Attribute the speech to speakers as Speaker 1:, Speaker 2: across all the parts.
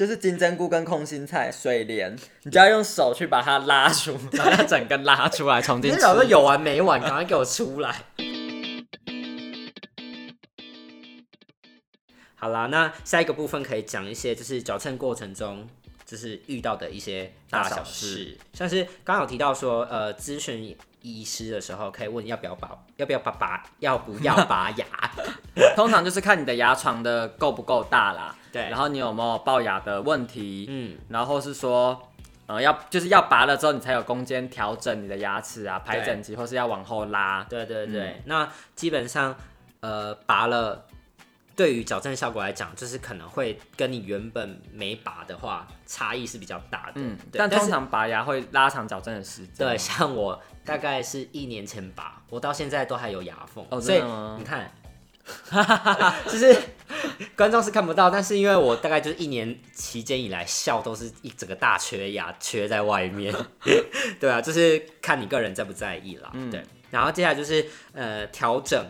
Speaker 1: 就是金针菇跟空心菜、水莲，你就要用手去把它拉出，把它整根拉出来，重
Speaker 2: 你
Speaker 1: 新吃。
Speaker 2: 老说有完没完，赶快给我出来！好啦，那下一个部分可以讲一些，就是矫正过程中就是遇到的一些大
Speaker 1: 大
Speaker 2: 小
Speaker 1: 小事
Speaker 2: 事，像是刚刚有提到说，呃，咨询医师的时候可以问要不要拔，要不要拔拔，要不要拔牙？
Speaker 1: 通常就是看你的牙床的够不够大啦，
Speaker 2: 对
Speaker 1: 然后你有没有龅牙的问题，
Speaker 2: 嗯，
Speaker 1: 然后是说，呃，要就是要拔了之后，你才有空间调整你的牙齿啊，排整齐，或是要往后拉。
Speaker 2: 对对对，
Speaker 1: 嗯
Speaker 2: 那基本上呃拔了，对于矫正效果来讲，就是可能会跟你原本没拔的话差异是比较大的。
Speaker 1: 嗯，
Speaker 2: 对
Speaker 1: 但
Speaker 2: 但
Speaker 1: 通
Speaker 2: 是
Speaker 1: 常拔牙会拉长矫正的时间。哦
Speaker 2: 对，像我大概是一年前拔，我到现在都还有牙缝，
Speaker 1: 哦
Speaker 2: 所以
Speaker 1: 真的吗
Speaker 2: 你看， 就是观众是看不到，但是因为我大概就是一年期间以来笑都是一整个大缺牙缺在外面， 对啊，就是看你个人在不在意啦，
Speaker 1: 嗯
Speaker 2: 对。然后接下来就是呃调整，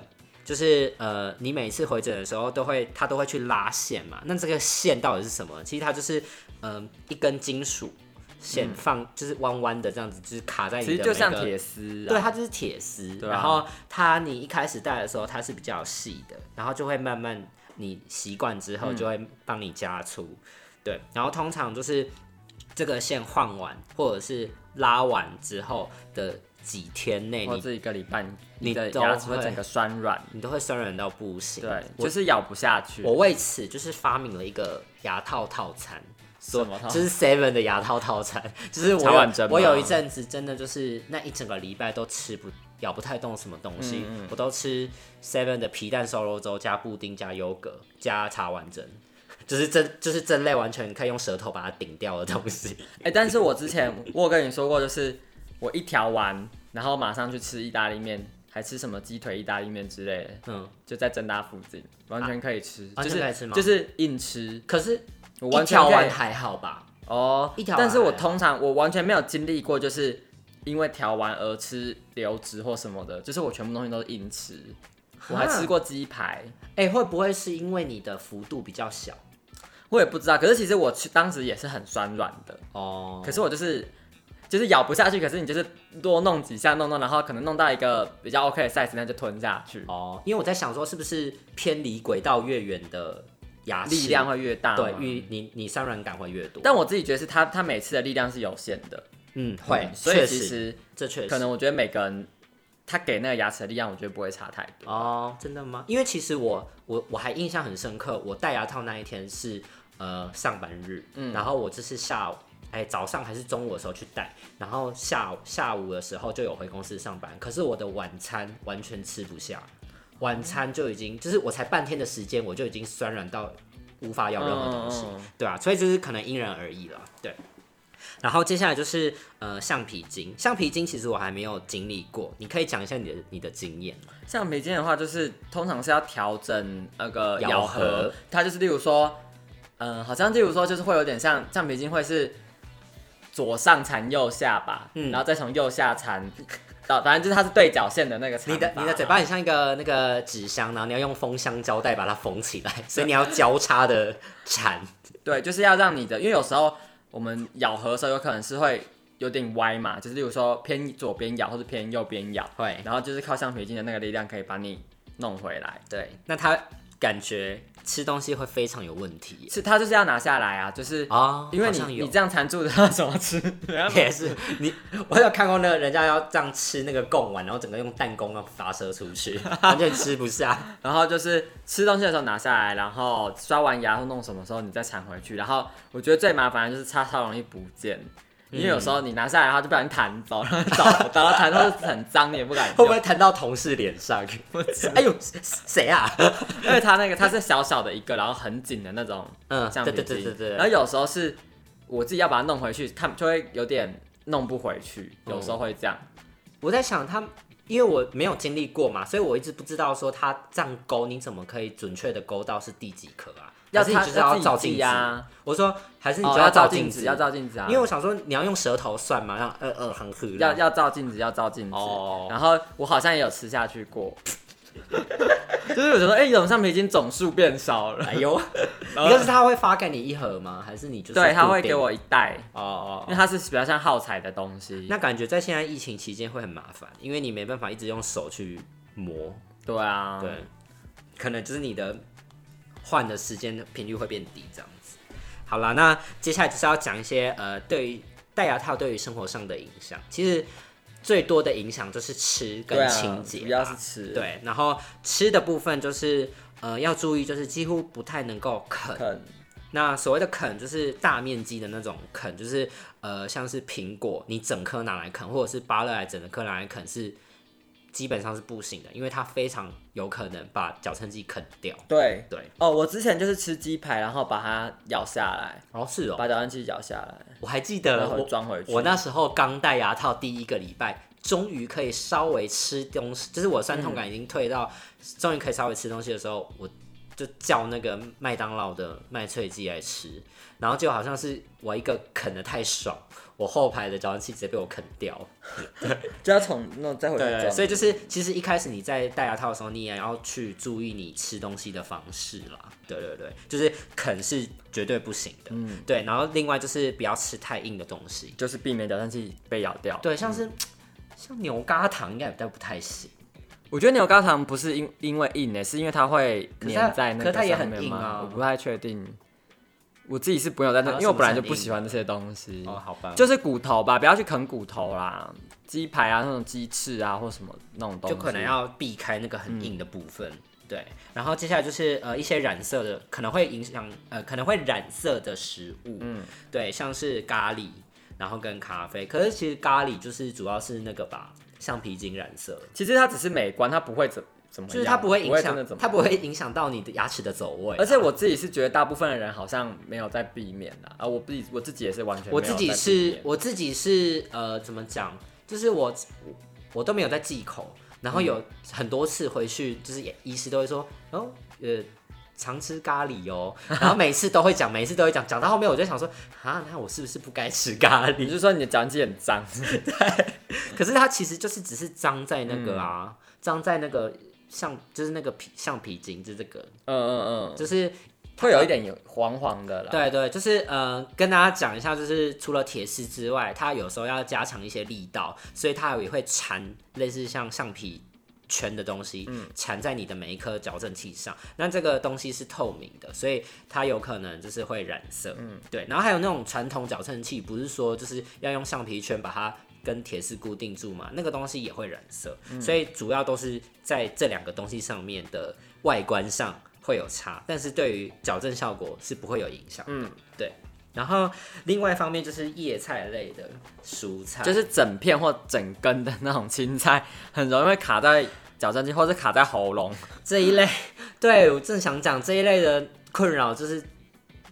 Speaker 2: 就是呃你每次回诊的时候都会他都会去拉线嘛，那这个线到底是什么？其实它就是嗯、呃一根金属。线放就是弯弯的这样子，嗯就是卡在你的
Speaker 1: 其实就像
Speaker 2: 每个
Speaker 1: 铁丝、啊，
Speaker 2: 对，它就是铁丝。
Speaker 1: 对啊
Speaker 2: 然后它你一开始戴的时候，它是比较细的，然后就会慢慢你习惯之后，就会帮你加粗。对，然后通常就是这个线换完或者是拉完之后的几天内，
Speaker 1: 或
Speaker 2: 你
Speaker 1: 者一个礼拜，你
Speaker 2: 你
Speaker 1: 你的
Speaker 2: 都
Speaker 1: 牙齿会
Speaker 2: 会
Speaker 1: 整个酸软，
Speaker 2: 你都会酸软到不行。
Speaker 1: 对，
Speaker 2: 我
Speaker 1: 就是咬不下去。
Speaker 2: 我为此就是发明了一个牙套套餐。
Speaker 1: 什么套
Speaker 2: 就是 Seven 的牙套套餐， 就是我
Speaker 1: 茶碗蒸
Speaker 2: 有
Speaker 1: 吗
Speaker 2: 我有一阵子真的就是那一整个礼拜都吃不咬不太动什么东西，
Speaker 1: 嗯
Speaker 2: 我都吃 Seven 的皮蛋瘦肉粥加布丁加优格加茶碗蒸， 就是这就是这类完全可以用舌头把它顶掉的 东西。
Speaker 1: 哎、但是我之前我有跟你说过，就是我一调完，然后马上去吃意大利面，还吃什么鸡腿意大利面之类的，
Speaker 2: 嗯，
Speaker 1: 就在正大附近，完全可以吃，
Speaker 2: 啊完
Speaker 1: 就
Speaker 2: 全
Speaker 1: 是
Speaker 2: 可以吃吗
Speaker 1: 就是硬吃，
Speaker 2: 可是
Speaker 1: 我
Speaker 2: 一
Speaker 1: 完全
Speaker 2: 条
Speaker 1: 可以
Speaker 2: 完还好吧？
Speaker 1: 哦，
Speaker 2: 一条完
Speaker 1: 但是我通常我完全没有经历过，就是因为调完而吃流质或什么的，就是我全部东西都是硬吃，我还吃过鸡排。
Speaker 2: 哎、会不会是因为你的幅度比较小
Speaker 1: 我也不知道，可是其实我吃当时也是很酸软的，
Speaker 2: 哦？
Speaker 1: 可是我就是就是咬不下去，可是你就是多弄几下，弄弄，然后可能弄到一个比较 OK 的 size，那就吞下去，
Speaker 2: 哦，因为我在想说是不是偏离轨道越远的牙齿
Speaker 1: 力量会越大嘛。
Speaker 2: 对，越你你酸软感会越多。
Speaker 1: 但我自己觉得是它它每次的力量是有限的，
Speaker 2: 嗯，会，
Speaker 1: 嗯所以
Speaker 2: 确
Speaker 1: 其
Speaker 2: 实
Speaker 1: 实
Speaker 2: 这确实
Speaker 1: 可能我觉得每个人他给那个牙齿的力量，我觉得不会差太多。
Speaker 2: 哦，真的吗？因为其实我我我还印象很深刻，我戴牙套那一天是呃上班日，然后我就是下午。哎，早上还是中午的时候去戴，然后下午下午的时候就有回公司上班。可是我的晚餐完全吃不下，晚餐就已经就是我才半天的时间，我就已经酸软到无法咬任何东西。
Speaker 1: 嗯嗯
Speaker 2: 对啊，所以就是可能因人而异了，对。然后接下来就是呃橡皮筋，橡皮筋其实我还没有经历过，你可以讲一下你的你的经验吗？
Speaker 1: 橡皮筋的话，就是通常是要调整那个
Speaker 2: 咬
Speaker 1: 咬
Speaker 2: 合
Speaker 1: 合，它就是例如说，嗯、好像例如说就是会有点像橡皮筋会是左上缠右下吧，
Speaker 2: 嗯
Speaker 1: 然后再从右下缠到，反正就是它是对角线的那个缠
Speaker 2: 你的你的嘴
Speaker 1: 法。
Speaker 2: 巴很像一个那个纸箱，然后你要用封箱胶带把它缝起来，所以你要交叉的缠。
Speaker 1: 对，就是要让你的，因为有时候我们咬合的时候有可能是会有点歪嘛，就是例如说偏左边咬或者偏右边咬，
Speaker 2: 会，
Speaker 1: 然后就是靠橡皮筋的那个力量可以把你弄回来。
Speaker 2: 对，那它感觉吃东西会非常有问题耶
Speaker 1: 是它就是要拿下来啊，就是
Speaker 2: 哦，
Speaker 1: 因为你
Speaker 2: 好像有啊
Speaker 1: 你这样缠住它怎么 吃？
Speaker 2: 也是你，我有看过那个人家要这样吃那个贡丸，然后整个用弹弓要发射出去， 完全吃不下。
Speaker 1: 然后就是吃东西的时候拿下来，然后刷完牙或弄什么时候你再缠回去。然后我觉得最麻烦的就是叉超容易不见，
Speaker 2: 嗯
Speaker 1: 因为有时候你拿下来它就不小心弹走，然后找不到，然后弹到是很脏，你也不敢
Speaker 2: 会不
Speaker 1: 用。
Speaker 2: 会弹到同事脸上？ 哎呦，谁啊？
Speaker 1: 因为它那个它是小小的一个，然后很紧的那种
Speaker 2: 嗯，
Speaker 1: 橡
Speaker 2: 对
Speaker 1: 皮
Speaker 2: 对
Speaker 1: 筋，
Speaker 2: 对对对。
Speaker 1: 然后有时候是我自己要把它弄回去，它就会有点弄不回去，有时候会这样。
Speaker 2: 嗯我在想他，因为我没有经历过嘛，所以我一直不知道说他这样勾你怎么可以准确的勾到是第几颗啊？
Speaker 1: 要
Speaker 2: 还是你
Speaker 1: 它
Speaker 2: 就是要照
Speaker 1: 要自
Speaker 2: 镜
Speaker 1: 己
Speaker 2: 子
Speaker 1: 记啊，
Speaker 2: 我说还是你
Speaker 1: 哦
Speaker 2: 就
Speaker 1: 要
Speaker 2: 照
Speaker 1: 照
Speaker 2: 镜
Speaker 1: 镜子，要照镜子啊，
Speaker 2: 因为我想说你要用舌头算嘛，让呃呃很合
Speaker 1: 要要照镜子，要照镜子。
Speaker 2: 哦
Speaker 1: 然后我好像也有吃下去过， 就是我觉得，哎、怎么橡皮筋总数变少了？
Speaker 2: 哎呦，
Speaker 1: 然
Speaker 2: 一
Speaker 1: 后
Speaker 2: 个是他会发给你一盒吗？还是你就是
Speaker 1: 对，他
Speaker 2: 固
Speaker 1: 会
Speaker 2: 定
Speaker 1: 给我一袋，
Speaker 2: 哦哦
Speaker 1: 因为它是比较像耗材的东西。
Speaker 2: 那感觉在现在疫情期间会很麻烦，因为你没办法一直用手去磨，
Speaker 1: 对啊，
Speaker 2: 对，可能就是你的换的时间频率会变低这样子。好啦，那接下来就是要讲一些呃，对于戴牙套对于生活上的影响。其实最多的影响就是吃
Speaker 1: 对
Speaker 2: 跟
Speaker 1: 啊
Speaker 2: 清洁吧、
Speaker 1: 主要是吃
Speaker 2: 对，然后吃的部分就是呃要注意，就是几乎不太能够啃。
Speaker 1: 啃
Speaker 2: 那所谓的啃就是大面积的那种啃，就是呃像是苹果你整颗拿来啃，或者是芭乐来整颗拿来啃是基本上是不行的，因为它非常有可能把矫正剂啃掉。
Speaker 1: 对
Speaker 2: 对，
Speaker 1: 哦，我之前就是吃鸡排，然后把它咬下来，
Speaker 2: 哦是哦，
Speaker 1: 把矫正器咬下来，
Speaker 2: 我还记
Speaker 1: 然
Speaker 2: 得
Speaker 1: 后
Speaker 2: 呃我
Speaker 1: 装回去。
Speaker 2: 我那时候刚戴牙套第一个礼拜，终于可以稍微吃东西，就是我酸痛感已经退到，终于可以稍微吃东西的时候，我就叫那个麦当劳的麦脆鸡来吃，然后就好像是我一个啃的太爽，我后排的矫正器直接被我啃掉。
Speaker 1: 就要从那再回去
Speaker 2: 对，
Speaker 1: 装
Speaker 2: 所以就是其实一开始你在戴牙套的时候，你也要去注意你吃东西的方式啦。对对对，就是啃是绝对不行的。嗯，对，然后另外就是不要吃太硬的东西。
Speaker 1: 就是避免矫正器被咬掉。
Speaker 2: 对，像是、像牛轧糖应该都不太行，
Speaker 1: 我觉得牛轧糖不是因因为硬诶、欸是因为它会
Speaker 2: 可是它
Speaker 1: 粘在那
Speaker 2: 可
Speaker 1: 个
Speaker 2: 是它也
Speaker 1: 上
Speaker 2: 很
Speaker 1: 面
Speaker 2: 硬
Speaker 1: 嘛，
Speaker 2: 啊
Speaker 1: 我不太确定。我自己是不用在那，
Speaker 2: 还有
Speaker 1: 因为我
Speaker 2: 什么
Speaker 1: 本来
Speaker 2: 是
Speaker 1: 就
Speaker 2: 很
Speaker 1: 不
Speaker 2: 硬
Speaker 1: 喜欢这些东西。
Speaker 2: 哦，好吧，
Speaker 1: 就
Speaker 2: 就
Speaker 1: 是骨头吧，不要去啃骨头啦，鸡排啊那种鸡翅啊或什么那种东西，
Speaker 2: 就可能要避开那个很
Speaker 1: 嗯
Speaker 2: 硬的部分。对，然后接下来就是呃一些染色的，可能会影响呃可能会染色的食物，嗯，对，像是咖喱，然后跟咖啡。可是其实咖喱就是主要是那个吧，橡皮筋染色，
Speaker 1: 其实它只是美观，它不会怎怎么样，
Speaker 2: 就是它不会影
Speaker 1: 真的
Speaker 2: 响
Speaker 1: 怎，么
Speaker 2: 它
Speaker 1: 样。
Speaker 2: 不会影响到你的牙齿的走位啊。
Speaker 1: 而且我自己是觉得大部分的人好像没有在避免啦，啊，我自己我自己也是完全没有
Speaker 2: 我自己
Speaker 1: 在避
Speaker 2: 是
Speaker 1: 免，
Speaker 2: 我自己是呃，怎么讲？就是我我我都没有在忌口，然后
Speaker 1: 嗯
Speaker 2: 有很多次回去，就是也医师都会说，哦，呃，常吃咖喱哦，然后每次都会讲，每次都会讲，讲到后面我就想说，啊，那我是不是不该吃咖
Speaker 1: 你
Speaker 2: 喱？
Speaker 1: 是说你的矫正肌很脏，
Speaker 2: 可是它其实就是只是脏在那个啊，
Speaker 1: 嗯
Speaker 2: 脏在那个橡，就是那个皮橡皮筋，就这个，
Speaker 1: 嗯嗯嗯，
Speaker 2: 就是
Speaker 1: 会有一点有黄黄的啦。
Speaker 2: 对对，就是呃，跟大家讲一下，就是除了铁丝之外，它有时候要加强一些力道，所以它也会缠类似像橡皮圈的东西，缠在你的每一颗矫正器上。那这个东西是透明的，所以它有可能就是会染色。嗯，对。然后还有那种传统矫正器，不是说就是要用橡皮圈把它。跟铁丝固定住嘛，那个东西也会染色，所以主要都是在这两个东西上面的外观上会有差，但是对于矫正效果是不会有影响。嗯，对。然后另外一方面就是叶菜类的蔬菜，
Speaker 1: 就是整片或整根的那种青菜，很容易会卡在矫正肌或者卡在喉咙。
Speaker 2: 这一类，对我正想讲这一类的困扰就是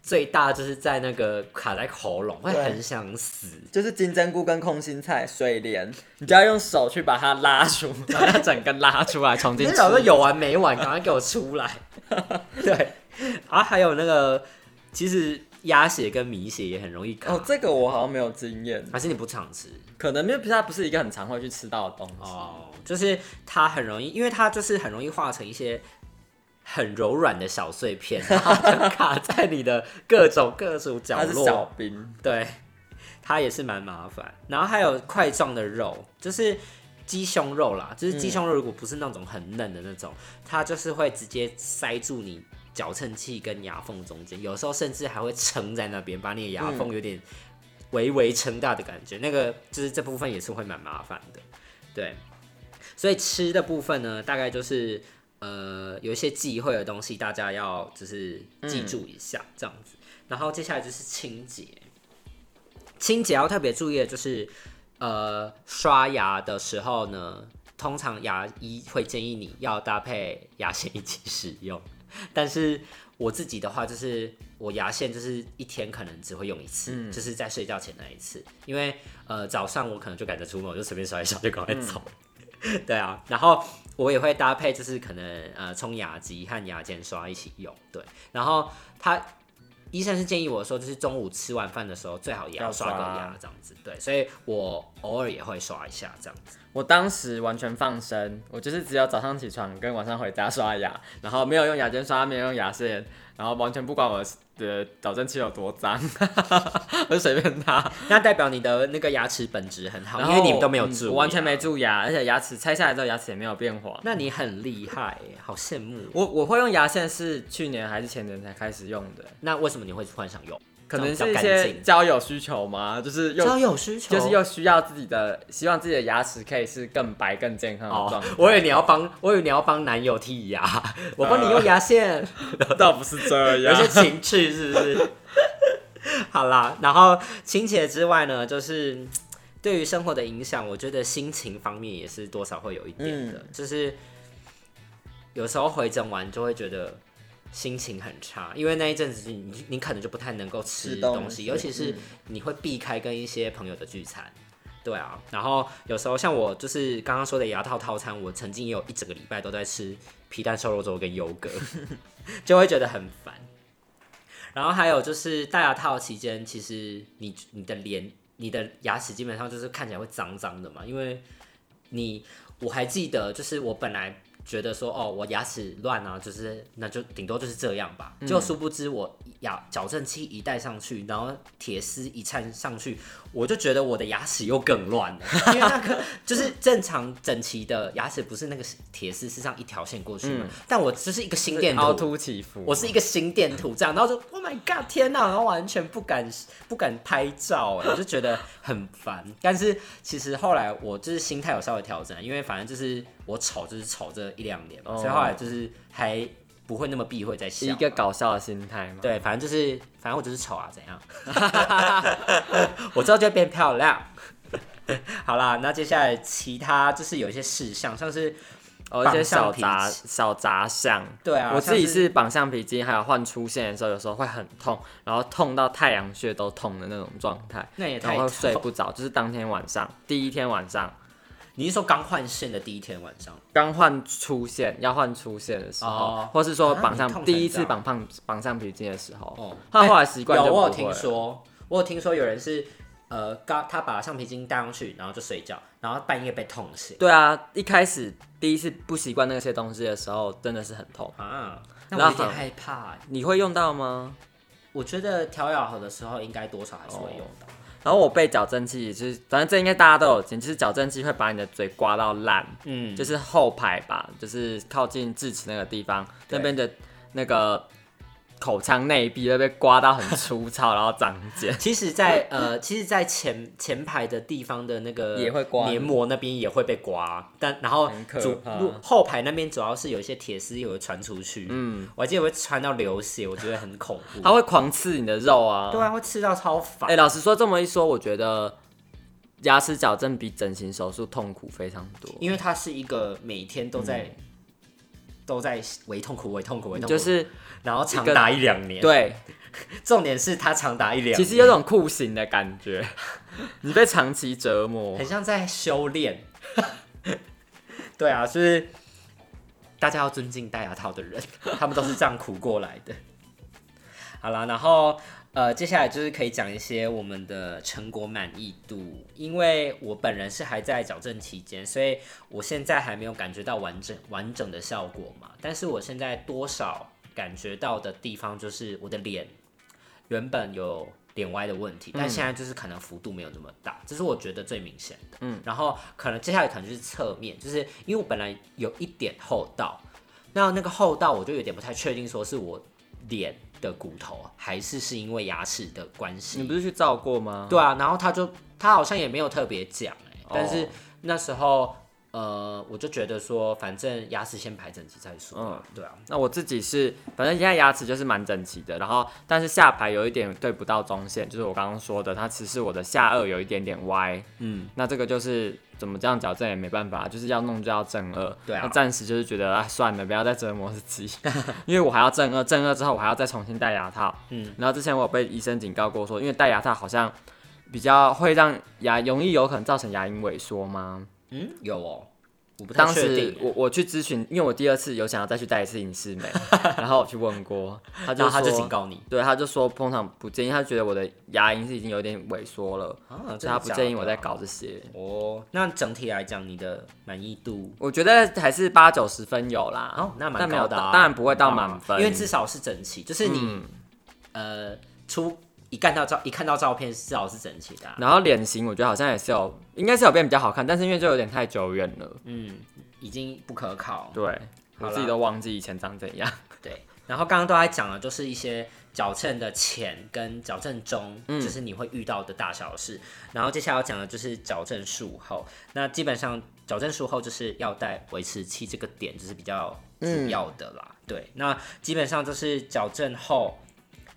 Speaker 2: 最大就是在那个卡在喉咙，会
Speaker 1: 对
Speaker 2: 很想死。
Speaker 1: 就是金针菇跟空心菜、水莲，你就要用手去把它拉出，把它整根拉出来，重
Speaker 2: 你
Speaker 1: 新吃。
Speaker 2: 想说有完没完，赶快给我出来。对， 啊，还有那个，其实鸭血跟米血也很容易卡，
Speaker 1: 哦，这个我好像没有经验，
Speaker 2: 还是你不常吃？
Speaker 1: 可能因为它不是一个很常会去吃到的东西。
Speaker 2: 哦，就是它很容易，因为它就是很容易化成一些很柔软的小碎片，然后就卡在你的各种各种角
Speaker 1: 它是小
Speaker 2: 落。
Speaker 1: 兵，
Speaker 2: 对，它也是蛮麻烦。然后还有块状的肉，就是鸡胸肉啦，就是鸡胸肉如果不是那种很嫩的那种，它就是会直接塞住你。矫正器跟牙缝中间，有时候甚至还会撑在那边，把你的牙缝有点微微撑大的感觉。那个就是这部分也是会蛮麻烦的，对。所以吃的部分呢，大概就是呃有一些忌讳的东西，大家要就是记住一下、这样子。然后接下来就是清洁，清洁要特别注意的就是，呃，刷牙的时候呢，通常牙医会建议你要搭配牙线一起使用。 但是我自己的话，就是我牙线就是一天可能只会用一次，
Speaker 1: 嗯
Speaker 2: 就是在睡觉前那一次，因为呃早上我可能就赶着出门，我就随便刷一刷就赶快
Speaker 1: 嗯
Speaker 2: 走。 对啊，然后我也会搭配，就是可能呃冲牙机和牙间刷一起用。对，然后它医生是建议我说，就是中午吃完饭的时候最好也要刷个
Speaker 1: 要刷
Speaker 2: 牙这样子。对，所以我偶尔也会刷一下这样子。
Speaker 1: 我当时完全放生，我就是只有早上起床跟晚上回家刷牙，然后没有用牙尖刷，没有用牙线，然后完全不管我的呃矫正器有多脏， 我就随便它。
Speaker 2: 那代表你的那个牙齿本质很好，
Speaker 1: 然
Speaker 2: 因
Speaker 1: 后
Speaker 2: 为你们都没有
Speaker 1: 嗯
Speaker 2: 蛀、
Speaker 1: 我完全没。蛀牙，而且牙齿拆下来之后牙齿也没有变黄。
Speaker 2: 那你很厉害，好羡慕。
Speaker 1: 我我会用牙线是去年还是前年才开始用的，
Speaker 2: 那为什么你会突然想用？
Speaker 1: 可能是
Speaker 2: 比
Speaker 1: 一
Speaker 2: 较干
Speaker 1: 些
Speaker 2: 净
Speaker 1: 交友需求嘛，就是
Speaker 2: 交
Speaker 1: 又
Speaker 2: 友需求
Speaker 1: 就是又需要自己的，希望自己的牙齿可以是更白更健康的
Speaker 2: 哦
Speaker 1: 状态，，
Speaker 2: 我以为你要帮，我以为你要帮男友 剔牙，我帮你用牙线。
Speaker 1: 倒不是这
Speaker 2: 哦有
Speaker 1: 样
Speaker 2: 一。些情趣是不是？ 好啦，然后清洁之外呢，就是嗯对于生活的影响，我觉得心情方面也是多少会有一点
Speaker 1: 嗯
Speaker 2: 的，就是有时候回诊完就会觉得心情很差，因为那一阵子你你你可能就不太能够
Speaker 1: 吃
Speaker 2: 吃
Speaker 1: 东
Speaker 2: 东西，
Speaker 1: 西
Speaker 2: 尤其是
Speaker 1: 嗯
Speaker 2: 你会避开跟一些朋友的聚餐。对啊，然后有时候像我就是刚刚说的牙套套餐，我曾经也有一整个礼拜都在吃皮蛋瘦肉粥跟优格， 就会觉得很烦。然后还有就是戴牙套期间，其实你你的脸、你的牙齿基本上就是看起来会脏脏的嘛，因为你我还记得，就是我本来觉得说哦，我牙齿乱啊，就是那就顶多就是这样吧。
Speaker 1: 嗯
Speaker 2: 就殊不知我牙矫正器一戴上去，然后铁丝一缠上去，我就觉得我的牙齿又更乱了，因为那 个就是正常整齐的牙齿，不是那个铁丝是上一条线过去嘛？但我就是一个心电
Speaker 1: 嗯凹
Speaker 2: 图。
Speaker 1: 凸起伏，
Speaker 2: 我是一个心电图这样，然后就 Oh my God，天哪！然后完全不敢不敢拍照，哎，我就觉得很烦。但是其实后来我就是心态有稍微调整，因为反正就是我吵就是吵这一两年嘛，
Speaker 1: 哦
Speaker 2: 所以后来就是还不会那么避讳在
Speaker 1: 一
Speaker 2: 笑。
Speaker 1: 个搞笑的心态嘛。
Speaker 2: 对，反正就是反正我就是丑啊，怎样？ 我之后就会变漂亮。好啦，那接下来其他就是有一些事项，像是
Speaker 1: 哦，一些
Speaker 2: 绑上
Speaker 1: 小
Speaker 2: 皮
Speaker 1: 杂
Speaker 2: 筋
Speaker 1: 小杂项。
Speaker 2: 对啊
Speaker 1: 我自己
Speaker 2: 像是
Speaker 1: 是绑橡皮筋，还有换出线的时候，有时候会很痛，然后痛到太阳穴都痛的那种状态，
Speaker 2: 那也太
Speaker 1: 然后会
Speaker 2: 痛
Speaker 1: 睡不着，就是当天晚上，第一天晚上
Speaker 2: 你是说刚换线的第一天晚上？
Speaker 1: 刚换出线，要换出线的时候，
Speaker 2: 哦
Speaker 1: 或是说
Speaker 2: 啊
Speaker 1: 绑
Speaker 2: 你
Speaker 1: 上、
Speaker 2: 痛成
Speaker 1: 第一
Speaker 2: 这
Speaker 1: 次
Speaker 2: 样
Speaker 1: 绑胖绑橡皮筋的时候，
Speaker 2: 哦
Speaker 1: 他后来习惯
Speaker 2: 有，
Speaker 1: 就不
Speaker 2: 我有
Speaker 1: 会
Speaker 2: 听
Speaker 1: 了
Speaker 2: 说，我有听说有人是呃，刚他把橡皮筋戴上去，然后就睡觉，然后半夜被痛醒
Speaker 1: 对啊，一开始第一次不习惯那些东西的时候，真的是很痛。
Speaker 2: 啊。那
Speaker 1: 然
Speaker 2: 我有
Speaker 1: 后
Speaker 2: 点害怕欸、
Speaker 1: 你会用到吗？
Speaker 2: 我觉得调养好的时候，应该多少还是会用到。
Speaker 1: 然后我被矫正器，就是反正这应该大家都有经，就是矫正器会把你的嘴刮到烂，
Speaker 2: 嗯，
Speaker 1: 就是后排吧，就是靠近智齿那个地方，
Speaker 2: 对
Speaker 1: 那边的那个口腔内壁会被刮到很粗糙，然后长茧。
Speaker 2: 其实在，呃，其实，在前前排的地方的那个
Speaker 1: 也会刮
Speaker 2: 黏膜那边也会被刮，但然后
Speaker 1: 很可
Speaker 2: 主
Speaker 1: 怕
Speaker 2: 路后排那边主要是有一些铁丝也会穿出去，
Speaker 1: 嗯，
Speaker 2: 我还记得会穿到流血，我觉得很恐怖。
Speaker 1: 它会狂刺你的肉啊。
Speaker 2: 对啊，会吃到超烦
Speaker 1: 哎、。老实说，这么一说，我觉得牙齿矫正比整形手术痛苦非常多。
Speaker 2: 因为它是一个每天都在、都在为痛苦、为痛苦、为痛
Speaker 1: 嗯
Speaker 2: 苦，
Speaker 1: 就是
Speaker 2: 然后长达一两年。，
Speaker 1: 对，
Speaker 2: 重点是它长达一两年，
Speaker 1: 其实有种酷刑的感觉， 你被长期折磨
Speaker 2: 很。像在修炼。对啊，就是大家要尊敬戴牙套的人，他们都是这样苦过来的。好啦，然后呃，接下来就是可以讲一些我们的成果满意度，因为我本人是还在矫正期间，所以我现在还没有感觉到完整完整的效果嘛。但是我现在多少感觉到的地方就是我的脸原本有脸歪的问题，但现在就是可能幅度没有那么大，这是我觉得最明显的。嗯，然后可能接下来可能就是侧面，就是因为我本来有一点厚道，那那个厚道我就有点不太确定，说是我脸的骨头，还是是因为牙齿的关系。
Speaker 1: 你不是去照过吗？
Speaker 2: 对啊，然后他就他好像也没有特别讲、欸，
Speaker 1: 哦
Speaker 2: 但是那时候呃，我就觉得说，反正牙齿先排整齐再说嘛。对啊，
Speaker 1: 那我自己是，反正现在牙齿就是蛮整齐的，然后但是下排有一点对不到中线，就是我刚刚说的，它其实我的下颚有一点点歪，
Speaker 2: 嗯，
Speaker 1: 那这个就是怎么这样矫正也没办法，就是要弄就要正颚，
Speaker 2: 对啊
Speaker 1: 那暂时就是觉得啊算了，不要再折磨自己， 因为我还要正颚，正颚之后我还要再重新戴牙套，
Speaker 2: 嗯，
Speaker 1: 然后之前我有被医生警告过说，因为戴牙套好像比较会让牙容易有可能造成牙龈萎缩吗？
Speaker 2: 嗯，有哦，我不太
Speaker 1: 当
Speaker 2: 确
Speaker 1: 时
Speaker 2: 定。
Speaker 1: 我我去咨询，因为我第二次有想要再去戴一次隐适美，然后我去问过，他
Speaker 2: 然
Speaker 1: 就
Speaker 2: 后他就
Speaker 1: 说
Speaker 2: 警告你
Speaker 1: 对，他就说通常不建议，他觉得我的牙龈是已经有点萎缩了，
Speaker 2: 啊，
Speaker 1: 所以他不建议我
Speaker 2: 在
Speaker 1: 再搞这些。
Speaker 2: 哦。那整体来讲，你的满意度
Speaker 1: 我觉得还是八九十分有啦，
Speaker 2: 哦，那蛮
Speaker 1: 但没有
Speaker 2: 高的、啊
Speaker 1: 到当然不会到满分，
Speaker 2: 因为至少是整齐，就是你、
Speaker 1: 嗯，
Speaker 2: 呃出一看到照一看到照片，至少是整齐的啊、
Speaker 1: 然后脸型我觉得好像也是有，应该是有变比较好看，但是因为就有点太久远了，
Speaker 2: 嗯，已经不可考。
Speaker 1: 对
Speaker 2: 好
Speaker 1: 我
Speaker 2: 啦
Speaker 1: 自己都忘记以前长怎样。
Speaker 2: 对，然后刚刚都在讲了，就是一些矫正的前跟矫正中，
Speaker 1: 嗯
Speaker 2: 就是你会遇到的大小事。然后接下来要讲的就是矫正术后，那基本上矫正术后就是要戴维持器这个点，就是比较
Speaker 1: 嗯
Speaker 2: 主要的啦。对，那基本上就是矫正后。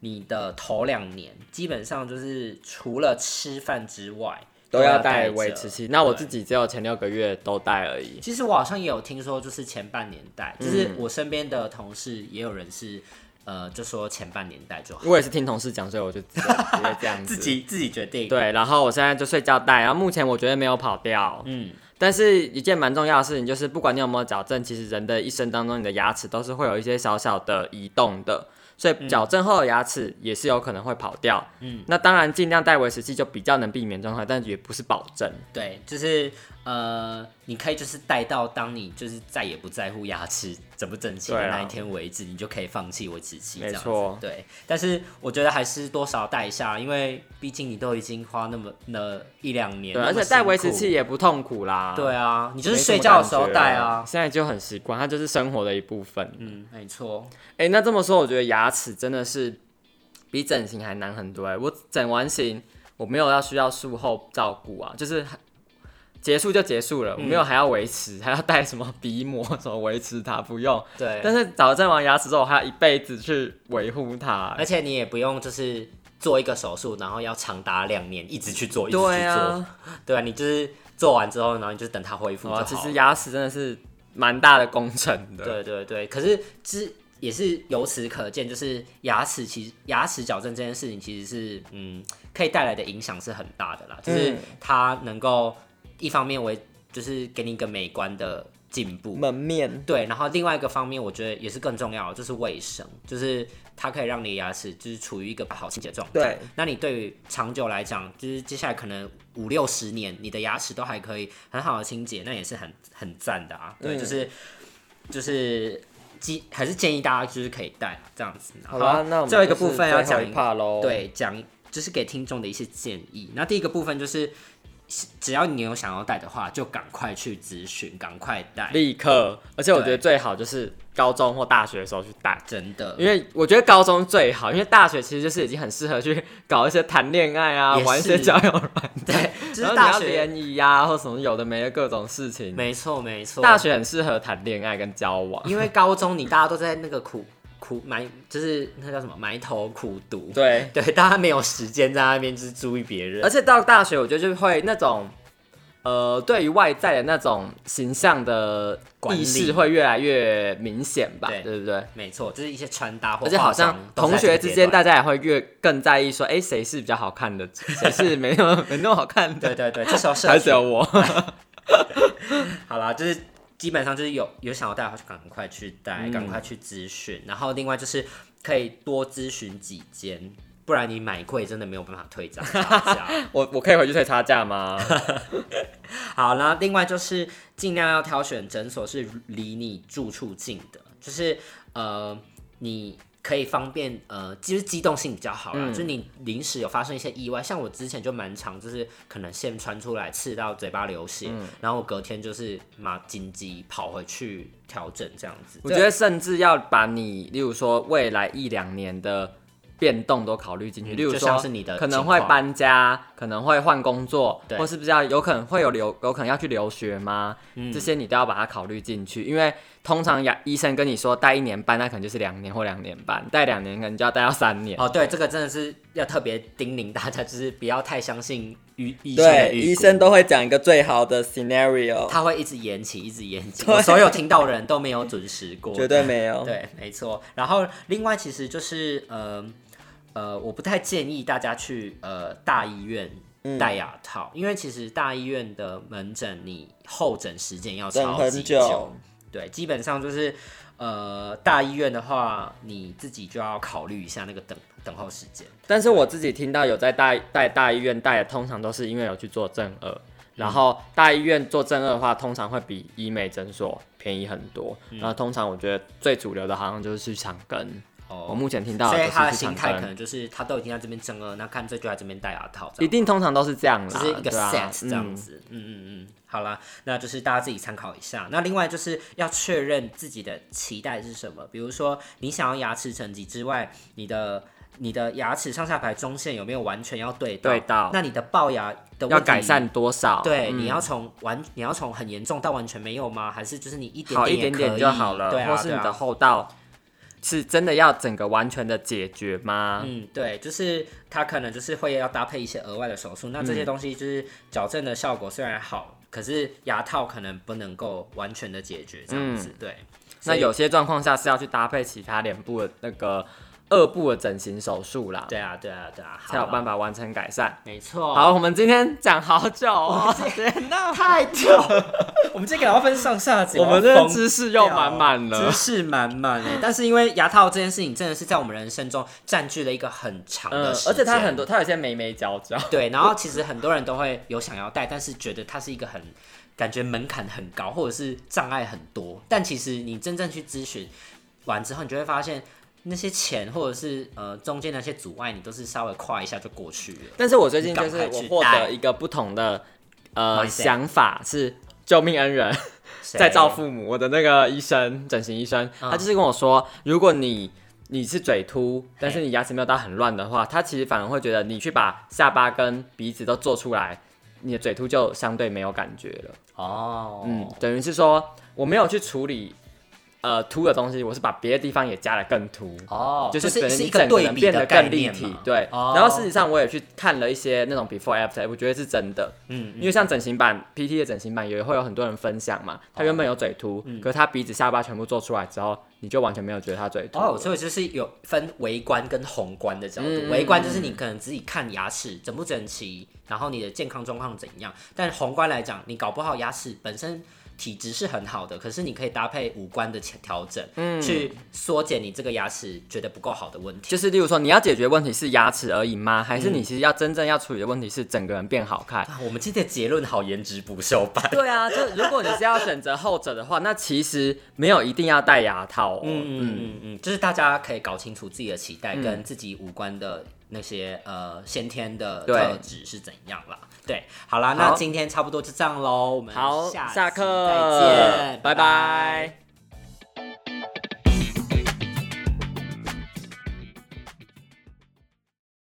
Speaker 2: 你的头两年基本上就是除了吃饭之外
Speaker 1: 都要戴
Speaker 2: 戴
Speaker 1: 维
Speaker 2: 着
Speaker 1: 持器，那我
Speaker 2: 对
Speaker 1: 自己只有前六个月都戴而已。
Speaker 2: 其实我好像也有听说，就是前半年代，
Speaker 1: 嗯
Speaker 2: 就是我身边的同事也有人是，呃，就说前半年代就好，
Speaker 1: 我也是听同事讲，所以我就直接直接这 样子。
Speaker 2: 自己自己决定。，
Speaker 1: 对，然后我现在就睡觉戴，然后目前我觉得没有跑掉，
Speaker 2: 嗯，
Speaker 1: 但是一件蛮重要的事情就是，不管你有没有矫正，其实人的一生当中，你的牙齿都是会有一些小小的移动的，所
Speaker 2: 嗯
Speaker 1: 以矫正后的牙齿也是有可能会跑掉。嗯，那当然尽量戴维持器就比较能避免状况，但也不是保证。
Speaker 2: 对，就是呃，你可以就是带到当你就是再也不在乎牙齿整不整齐的
Speaker 1: 对啊
Speaker 2: 那一天为止，你就可以放弃维持器。
Speaker 1: 没
Speaker 2: 嗯这样子
Speaker 1: 错
Speaker 2: 对。但是我觉得还是多少带一下，因为毕竟你都已经花那么那一两年，
Speaker 1: 对，
Speaker 2: 那
Speaker 1: 而
Speaker 2: 么
Speaker 1: 且戴
Speaker 2: 辛
Speaker 1: 维持
Speaker 2: 苦
Speaker 1: 器。也不痛苦啦。
Speaker 2: 对啊，
Speaker 1: 没
Speaker 2: 你
Speaker 1: 什么感觉
Speaker 2: 就
Speaker 1: 了，
Speaker 2: 是睡觉的时候戴啊。
Speaker 1: 现在就很习惯，它就是生活的一部分。
Speaker 2: 嗯，没错。
Speaker 1: 哎、那这么说，我觉得牙齿真的是比整形还难很多哎、我整完形，我没有要需要术后照顾啊，就是结束就结束了，我没
Speaker 2: 嗯
Speaker 1: 有还要维持，还要带什么鼻膜什么维持它，不用。
Speaker 2: 对。
Speaker 1: 但是矫正完牙齿之后，我还要一辈子去维护它欸
Speaker 2: 而。且你也不用就是做一个手术，然后要长达两年一直去做，一直去做，
Speaker 1: 对啊，
Speaker 2: 对啊，你就是做完之后，然后你就等它恢复就好
Speaker 1: 哇，
Speaker 2: 了。
Speaker 1: 其实牙齿真的是蛮大的工程的。
Speaker 2: 对对对，可是之也是由此可见，就是牙齿其实牙齿矫正这件事情，其实是嗯可以带来的影响是很大的啦，就是
Speaker 1: 嗯
Speaker 2: 它能够一方面为就是给你一个美观的进步，
Speaker 1: 门面。
Speaker 2: 对，然后另外一个方面，我觉得也是更重要的，就是卫生，就是它可以让你牙齿就是处于一个好清洁的状态。
Speaker 1: 对，
Speaker 2: 那你对于长久来讲，就是接下来可能五六十年，你的牙齿都还可以很好的清洁，那也是很很赞的啊。对，就是
Speaker 1: 嗯
Speaker 2: 就是基还是建议大家就是可以戴这样子。
Speaker 1: 好啦，那我们
Speaker 2: 最后一个部分要讲
Speaker 1: 一怕喽。，
Speaker 2: 对，讲就是给听众的一些建议。那第一个部分就是，只要你有想要戴的话，就赶快去咨询，赶快戴，
Speaker 1: 立刻。而且我觉得
Speaker 2: 对
Speaker 1: 最好就是高中或大学的时候去戴。
Speaker 2: 真的。
Speaker 1: 因为我觉得高中最好，因为大学其实就是已经很适合去搞一些谈恋爱啊，
Speaker 2: 也是
Speaker 1: 玩一些交友软件，
Speaker 2: 对，就是
Speaker 1: 然后
Speaker 2: 大
Speaker 1: 你要
Speaker 2: 学，
Speaker 1: 联谊呀，或什么有的没的各种事情。
Speaker 2: 没错没错，嗯
Speaker 1: 大，学很适合谈恋爱跟交往，
Speaker 2: 因为高中你大家都在那个苦苦埋，就是那叫什么埋头苦读，
Speaker 1: 对。
Speaker 2: 对，大家没有时间在那边就是注意别人
Speaker 1: 而，且到大学，我觉得就会那种，呃，对于外在的那种形象的
Speaker 2: 管理
Speaker 1: 意识会越来越明显吧，
Speaker 2: 对
Speaker 1: 对不对？
Speaker 2: 没错，就是一些穿搭或
Speaker 1: 而且好像
Speaker 2: 化妆都
Speaker 1: 同
Speaker 2: 在这个
Speaker 1: 学
Speaker 2: 阶
Speaker 1: 之间，
Speaker 2: 段
Speaker 1: 大家也会越更在意说，哎，谁是比较好看的，谁是没那么没那么好看的，
Speaker 2: 对对对，这时候社
Speaker 1: 还
Speaker 2: 群
Speaker 1: 只有我。
Speaker 2: 好啦，就是基本上就是有有想要带的话，就赶快去带，
Speaker 1: 嗯
Speaker 2: 赶快去咨询。然后另外就是可以多咨询几间，不然你买贵真的没有办法退涨差价。
Speaker 1: 我我可以回去退差价吗？
Speaker 2: 好，然后另外就是尽量要挑选诊所是离你住处近的，就是呃，你可以方便呃，就是机动性比较好啦。
Speaker 1: 嗯
Speaker 2: 就是你临时有发生一些意外，像我之前就蛮常，就是可能线穿出来刺到嘴巴流血，
Speaker 1: 嗯
Speaker 2: 然后我隔天就是马紧急跑回去调整这样子。
Speaker 1: 我觉得甚至要把你，例如说未来一两年的变动都考虑进去，
Speaker 2: 嗯
Speaker 1: 例如
Speaker 2: 就
Speaker 1: 说
Speaker 2: 像是你的
Speaker 1: 可能
Speaker 2: 情
Speaker 1: 会
Speaker 2: 况
Speaker 1: 搬家，可能会换工作，
Speaker 2: 对
Speaker 1: 或是不是要有可能会有留，有可能要去留学吗？
Speaker 2: 嗯
Speaker 1: 这些你都要把它考虑进去，因为通常牙医生跟你说待一年半，那可能就是两年或两年半，待两年可能就要待到三年。
Speaker 2: 哦，对，这个真的是要特别叮咛大家，就是不要太相信医医生的
Speaker 1: 对，
Speaker 2: 预估
Speaker 1: 医生都会讲一个最好的 scenario，
Speaker 2: 他会一直延期，一直延期。
Speaker 1: 对
Speaker 2: 我所有听到的人都没有准时过，
Speaker 1: 绝对没有。
Speaker 2: 对，没错。然后另外其实就是呃呃，我不太建议大家去呃大医院
Speaker 1: 嗯
Speaker 2: 戴牙套，因为其实大医院的门诊你候诊时间要
Speaker 3: 等
Speaker 2: 超
Speaker 3: 很
Speaker 2: 级
Speaker 3: 久，
Speaker 2: 对，基本上就是呃大医院的话，你自己就要考虑一下那个等等候时间。
Speaker 1: 但是我自己听到有在大在大医院戴的，通常都是因为有去做正二，然后大医院做正二的话，通常会比医美诊所便宜很多。
Speaker 2: 嗯
Speaker 1: 然后通常我觉得最主流的好像就是去长庚，我
Speaker 2: 哦，
Speaker 1: 目前听到的
Speaker 2: 所
Speaker 1: 都
Speaker 2: 以他的
Speaker 1: 是去长
Speaker 2: 心态可
Speaker 1: 庚，
Speaker 2: 能就是他都已经在这边正二，那看这就在这边戴牙套，这
Speaker 1: 一
Speaker 2: 样
Speaker 1: 定通常都是这样啦，
Speaker 2: 就是一个
Speaker 1: 对啊
Speaker 2: set 这样
Speaker 1: 嗯
Speaker 2: 子。嗯嗯嗯，好啦，那就是大家自己参考一下。那另外就是要确认自己的期待是什么，比如说你想要牙齿整齐之外，你的。你的牙齿上下排中线有没有完全要对到？
Speaker 1: 对到
Speaker 2: 那你的龅牙的问
Speaker 1: 要
Speaker 2: 题
Speaker 1: 改善多少？
Speaker 2: 对，
Speaker 1: 嗯
Speaker 2: 你要从完，你要从很严重到完全没有吗？还是就是你一点
Speaker 1: 好一点
Speaker 2: 点也
Speaker 1: 点
Speaker 2: 可以
Speaker 1: 就好了，
Speaker 2: 对啊，
Speaker 1: 或是
Speaker 2: 对
Speaker 1: 你
Speaker 2: 啊
Speaker 1: 的后道是真的要整个完全的解决吗？
Speaker 2: 嗯，对，就是它可能就是会要搭配一些额外的手
Speaker 1: 嗯
Speaker 2: 术，那这些东西就是矫正的效果虽然好，可是牙套可能不能够完全的解决这
Speaker 1: 嗯
Speaker 2: 样子，对。
Speaker 1: 那
Speaker 2: 所以
Speaker 1: 有些状况下是要去搭配其他脸部的那个二部的整形手术啦，
Speaker 2: 对啊，对啊，对啊，
Speaker 1: 才有办
Speaker 2: 法，
Speaker 1: 法完成改善。
Speaker 2: 没错。
Speaker 1: 好，我们今天讲好久哦，
Speaker 2: 太久了，我们今天给它分上下集，
Speaker 1: 我们
Speaker 2: 要
Speaker 1: 的
Speaker 2: 疯
Speaker 1: 知识又满满
Speaker 2: 知
Speaker 1: 了。
Speaker 2: 识满满哎。但是因为牙套这件事情真的是在我们人生中占据了一个很长
Speaker 1: 嗯
Speaker 2: 的时，间，
Speaker 1: 而且它很多，它有一些眉眉角角，
Speaker 2: 对，然后其实很多人都会有想要戴，但是觉得它是一个很感觉门槛很高，或者是障碍很多。但其实你真正去咨询完之后，你就会发现那些钱或者是呃中间那些阻碍，你都是稍微跨一下就过去了。
Speaker 1: 但是我最近就是
Speaker 2: 你赶快
Speaker 1: 我
Speaker 2: 去
Speaker 1: 获
Speaker 2: 戴
Speaker 1: 得一个不同的呃
Speaker 2: Mindset
Speaker 1: 想法是救命恩人，在
Speaker 2: 谁
Speaker 1: 照父母，我的那个医生，整形医生，他就是跟我说，如果你你是嘴凸，但是你牙齿没有到很乱的话，他其实反而会觉得你去把下巴跟鼻子都做出来，你的嘴凸就相对没有感觉了。
Speaker 2: 哦，
Speaker 1: 嗯，等于是说我没有去处理呃凸的东西，我是把别的地方也加的更凸。
Speaker 2: 哦，
Speaker 1: 就是是
Speaker 2: 是一
Speaker 1: 整
Speaker 2: 个
Speaker 1: 个
Speaker 2: 对
Speaker 1: 人
Speaker 2: 比
Speaker 1: 变
Speaker 2: 的
Speaker 1: 得
Speaker 2: 概
Speaker 1: 更立
Speaker 2: 念
Speaker 1: 体
Speaker 2: 嘛，
Speaker 1: 对。
Speaker 2: 哦
Speaker 1: 然后事实上，我也去看了一些那种 before after，我觉得是真的，
Speaker 2: 嗯哦
Speaker 1: 因为像整形版 PT 的整形版也会有很多人分享嘛，他原本有嘴凸，
Speaker 2: 嗯
Speaker 1: 可是他鼻子、下巴全部做出来之后，你就完全没有觉得他嘴凸。
Speaker 2: 哦，所以就是有分微观跟宏观的角度。
Speaker 1: 嗯
Speaker 2: 微观就是你可能自己看牙齿整不整齐，然后你的健康状况怎样。但宏观来讲，你搞不好牙齿本身体质是很好的，可是你可以搭配五官的调整，
Speaker 1: 嗯
Speaker 2: 去缩减你这个牙齿觉得不够好的问题。
Speaker 1: 就是例如说，你要解决问题是牙齿而已吗？还
Speaker 2: 嗯
Speaker 1: 是你其实要真正要处理的问题是整个人变好看？
Speaker 2: 啊我们今天的结论好颜值不修版。
Speaker 1: 对啊，就如果你是要选择后者的话，那其实没有一定要戴牙套哦。
Speaker 2: 嗯嗯嗯，就是大家可以搞清楚自己的期待跟自己五官的那些呃先天的
Speaker 1: 对
Speaker 2: 特质是怎样啦。对，好啦，那
Speaker 1: 好
Speaker 2: 今天差不多就这样喽，我们
Speaker 1: 好，
Speaker 2: 下
Speaker 1: 下
Speaker 2: 期
Speaker 1: 课，
Speaker 2: 再见，
Speaker 1: 拜拜